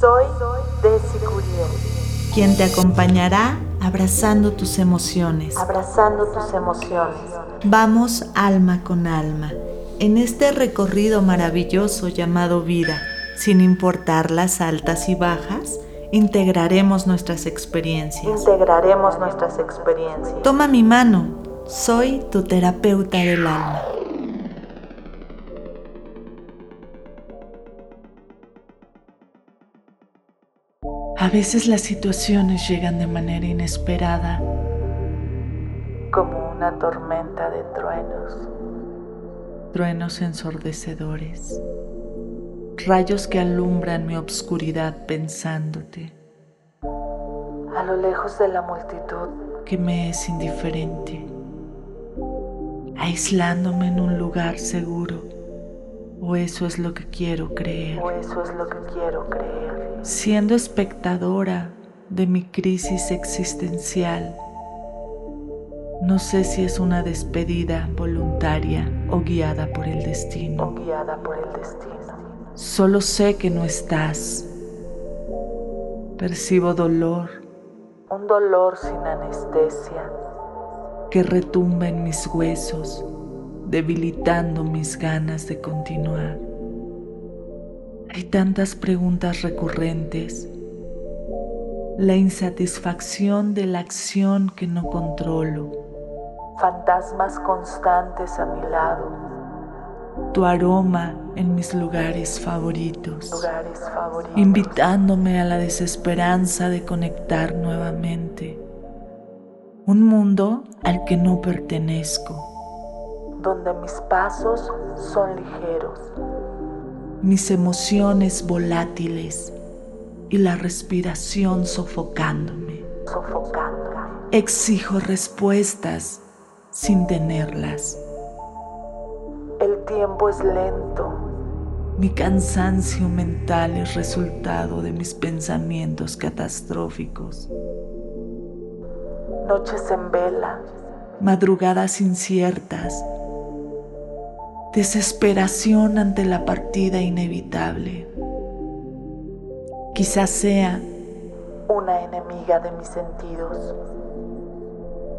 Soy Desi Curiel, quien te acompañará abrazando tus emociones. abrazando tus emociones. Vamos alma con alma en este recorrido maravilloso llamado vida. Sin importar las altas y bajas, integraremos nuestras experiencias. Integraremos nuestras experiencias. Toma mi mano, soy tu terapeuta del alma. A veces las situaciones llegan de manera inesperada, Como una tormenta de truenos, truenos ensordecedores, rayos que alumbran mi obscuridad pensándote a lo lejos de la multitud, que me es indiferente, aislándome en un lugar seguro, o eso es lo que quiero creer, o eso es lo que quiero creer. siendo espectadora de mi crisis existencial. No sé si es una despedida voluntaria o guiada por el destino. O guiada por el destino. Solo sé que no estás. Percibo dolor Un dolor sin anestesia, que retumba en mis huesos, debilitando mis ganas de continuar. Hay tantas preguntas recurrentes. La insatisfacción de la acción que no controlo. fantasmas constantes a mi lado, Tu aroma en mis lugares favoritos. lugares favoritos. invitándome a la desesperanza de conectar nuevamente. Un mundo al que no pertenezco. donde mis pasos son ligeros, Mis emociones volátiles y la respiración sofocándome. sofocándome. Exijo respuestas sin tenerlas. El tiempo es lento, Mi cansancio mental es resultado de mis pensamientos catastróficos. noches en vela, madrugadas inciertas, desesperación ante la partida inevitable. Quizás sea, una enemiga de mis sentidos.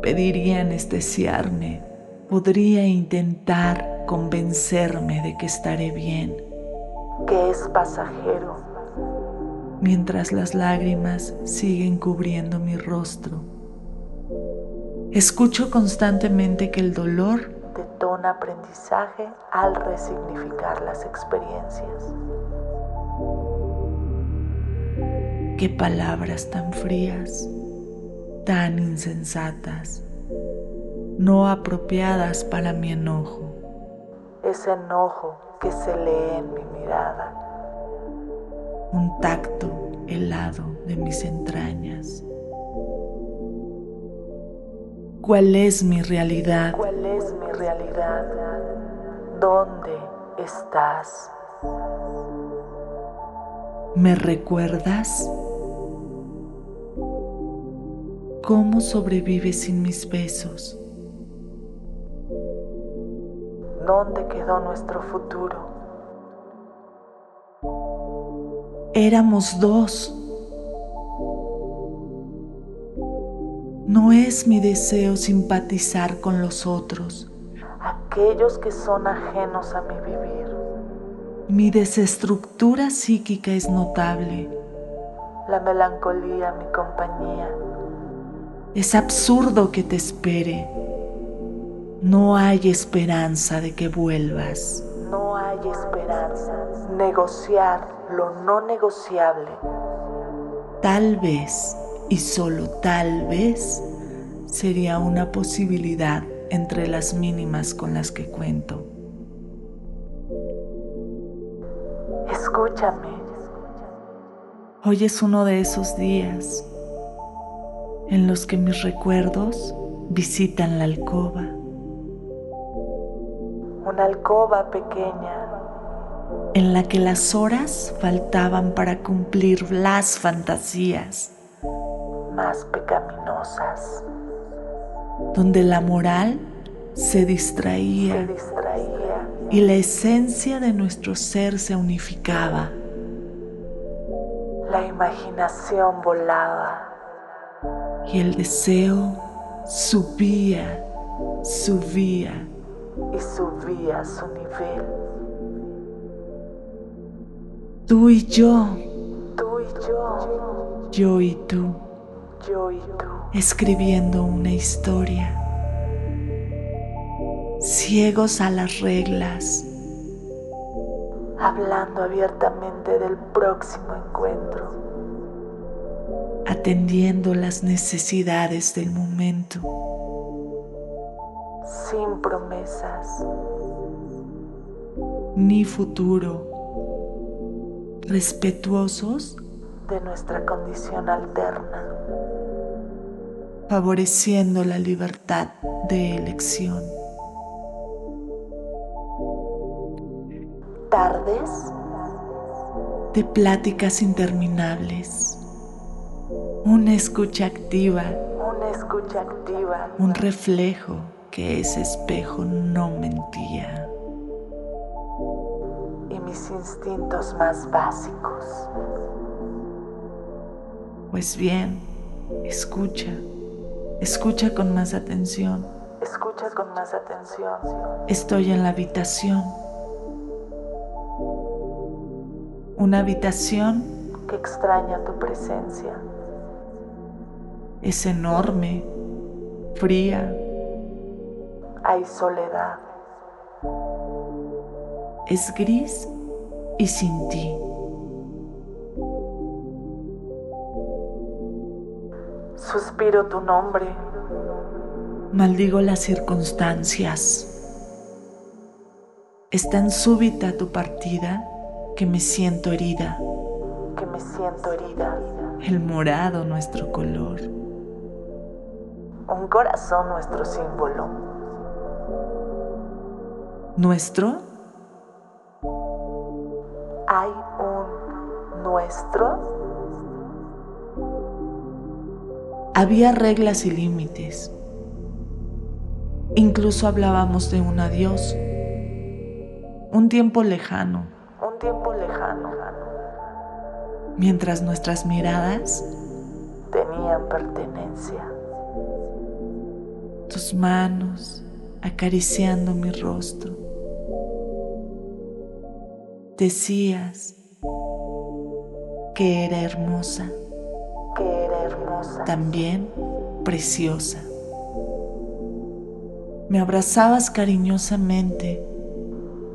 pediría anestesiarme, podría intentar convencerme de que estaré bien, que es pasajero, mientras las lágrimas siguen cubriendo mi rostro. Escucho constantemente que el dolor detona aprendizaje al resignificar las experiencias. Qué palabras tan frías, tan insensatas, no apropiadas para mi enojo. Ese enojo que se lee en mi mirada, Un tacto helado de mis entrañas. ¿Cuál es mi realidad? cuál es mi realidad, dónde estás, ¿Me recuerdas? ¿Cómo sobrevives sin mis besos? dónde quedó nuestro futuro. Éramos dos. No es mi deseo simpatizar con los otros. aquellos que son ajenos a mi vivir. Mi desestructura psíquica es notable. La melancolía, mi compañía, Es absurdo que te espere. No hay esperanza de que vuelvas. no hay esperanza. Negociar lo no negociable, Tal vez, y solo tal vez, sería una posibilidad entre las mínimas con las que cuento. escúchame, Hoy es uno de esos días en los que mis recuerdos visitan la alcoba. una alcoba pequeña, en la que las horas faltaban para cumplir las fantasías, más pecaminosas, donde la moral se se distraía distraía, y la esencia de nuestro ser se unificaba. la imaginación volaba. y el deseo subía, subía. y subía su nivel. Tú y yo, Tú y yo, yo y tú, yo y tú, escribiendo una historia. Ciegos a las reglas, hablando abiertamente del próximo encuentro, atendiendo las necesidades del momento, sin promesas, ni futuro. Respetuosos, de nuestra condición alterna, favoreciendo la libertad de elección. tardes de pláticas interminables, una escucha activa, Una escucha activa, un reflejo que ese espejo no mentía, y mis instintos más básicos. pues bien, escucha, escucha con más atención, Escucha con más atención. estoy en la habitación, una habitación Que extraña tu presencia. es enorme, fría, Hay soledad. es gris y sin ti. Suspiro tu nombre. Maldigo las circunstancias. Es tan súbita tu partida que me siento herida. Que me siento herida. El morado, nuestro color. Un corazón nuestro símbolo. ¿Nuestro? Hay un nuestro. Había reglas y límites. Incluso hablábamos de un adiós. Un tiempo lejano, Un tiempo lejano. mientras nuestras miradas, Tenían pertenencia. tus manos, acariciando mi rostro. Decías que era hermosa, Que era hermosa. también preciosa. Me abrazabas cariñosamente,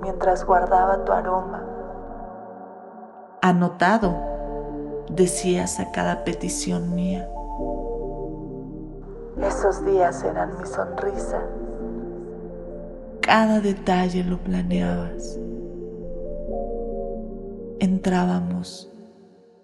Mientras guardaba tu aroma. anotado, decías a cada petición mía. Esos días eran mi sonrisa. Cada detalle lo planeabas. Entrábamos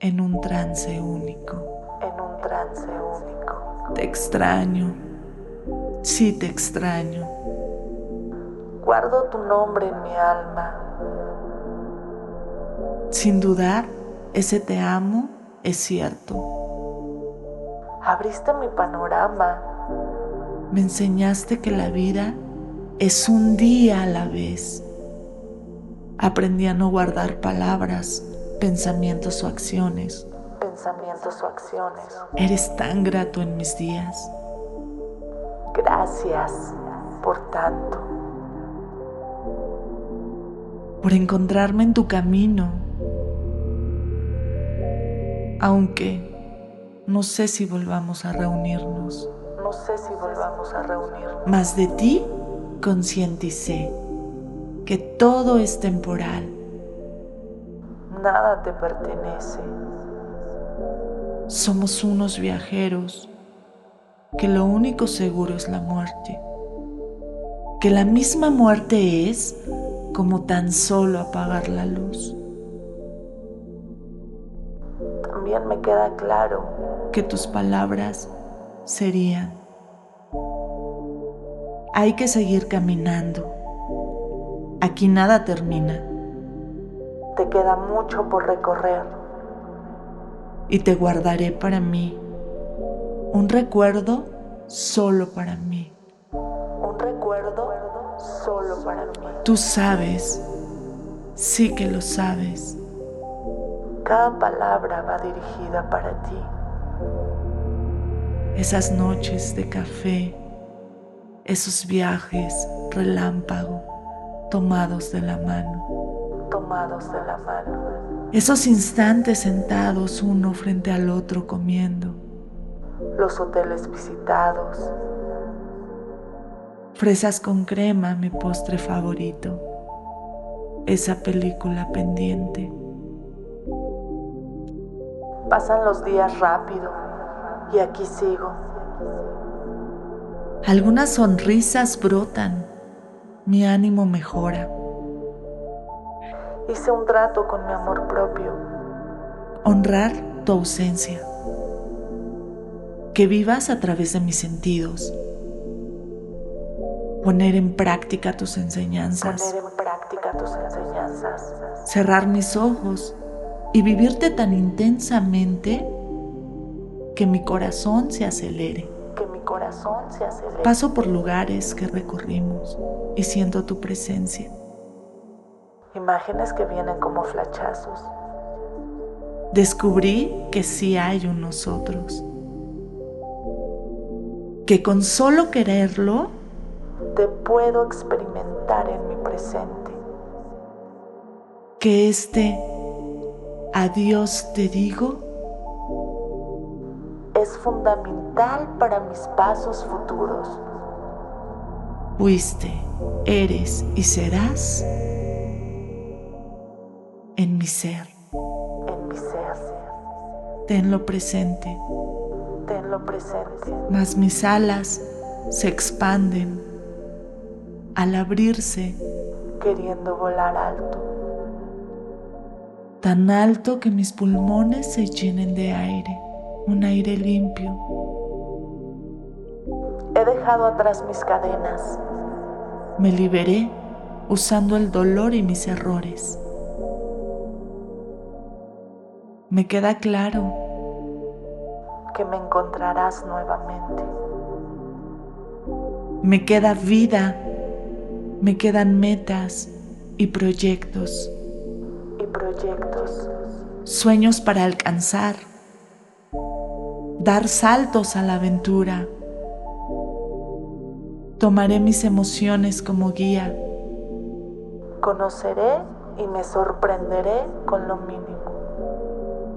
en un trance único. En un trance único. Te extraño. Sí, te extraño. Guardo tu nombre en mi alma. Sin dudar, ese te amo es cierto. Abriste mi panorama. Me enseñaste que la vida es un día a la vez. Aprendí a no guardar palabras, pensamientos o acciones. Pensamientos o acciones. Eres tan grato en mis días. Gracias por tanto. por encontrarme en tu camino. Aunque no sé si volvamos a reunirnos. No sé si volvamos a reunirnos. Mas de ti concienticé que todo es temporal. Nada te pertenece. Somos unos viajeros, que lo único seguro es la muerte. Que la misma muerte es como tan solo apagar la luz. También me queda claro que tus palabras serían. Hay que seguir caminando. Aquí nada termina te queda mucho por recorrer. y te guardaré para mí. Un recuerdo solo para mí. Un recuerdo solo para mí. Tú sabes, sí que lo sabes, Cada palabra va dirigida para ti. Esas noches de café, esos viajes relámpago tomados de la mano, Tomados de la mano. esos instantes sentados uno frente al otro comiendo. Los hoteles visitados. Fresas con crema, mi postre favorito. Esa película pendiente. Pasan los días rápido. Y aquí sigo. Algunas sonrisas brotan. Mi ánimo mejora. Hice un trato con mi amor propio. Honrar tu ausencia. Que vivas a través de mis sentidos. Poner en práctica tus enseñanzas. Poner en práctica tus enseñanzas. Cerrar mis ojos y vivirte tan intensamente que mi corazón se acelere. Que mi corazón se acelere. Paso por lugares que recorrimos y siento tu presencia. Imágenes que vienen como flachazos. Descubrí que sí hay un nosotros. Que con solo quererlo Te puedo experimentar en mi presente. que este adiós te digo Es fundamental para mis pasos futuros. fuiste, eres y serás en mi ser. En mi ser. Tenlo presente, Tenlo presente. mas mis alas se expanden al abrirse Queriendo volar alto. tan alto que mis pulmones se llenen de aire, un aire limpio. He dejado atrás mis cadenas. Me liberé usando el dolor y mis errores. Me queda claro Que me encontrarás nuevamente. Me queda vida, me quedan metas y proyectos, Y proyectos. sueños para alcanzar, dar saltos a la aventura. Tomaré mis emociones como guía, Conoceré y me sorprenderé con lo mínimo.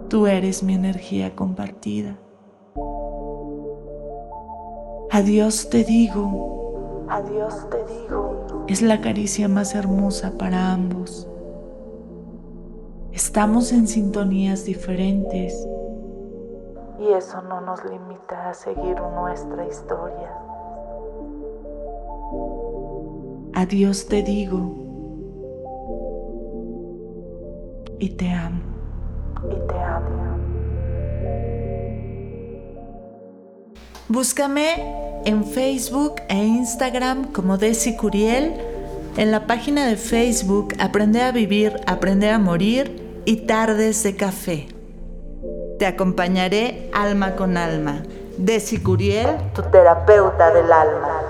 tú eres mi energía compartida. Adiós te digo, Adiós te digo. es la caricia más hermosa para ambos. Estamos en sintonías diferentes. Y eso no nos limita a seguir nuestra historia. Adiós te digo. Y te amo. Y te amo. Búscame en Facebook e Instagram como Desi Curiel, en la página de Facebook Aprende a Vivir, Aprende a Morir y Tardes de Café. Te acompañaré alma con alma. Desi Curiel tu terapeuta del alma.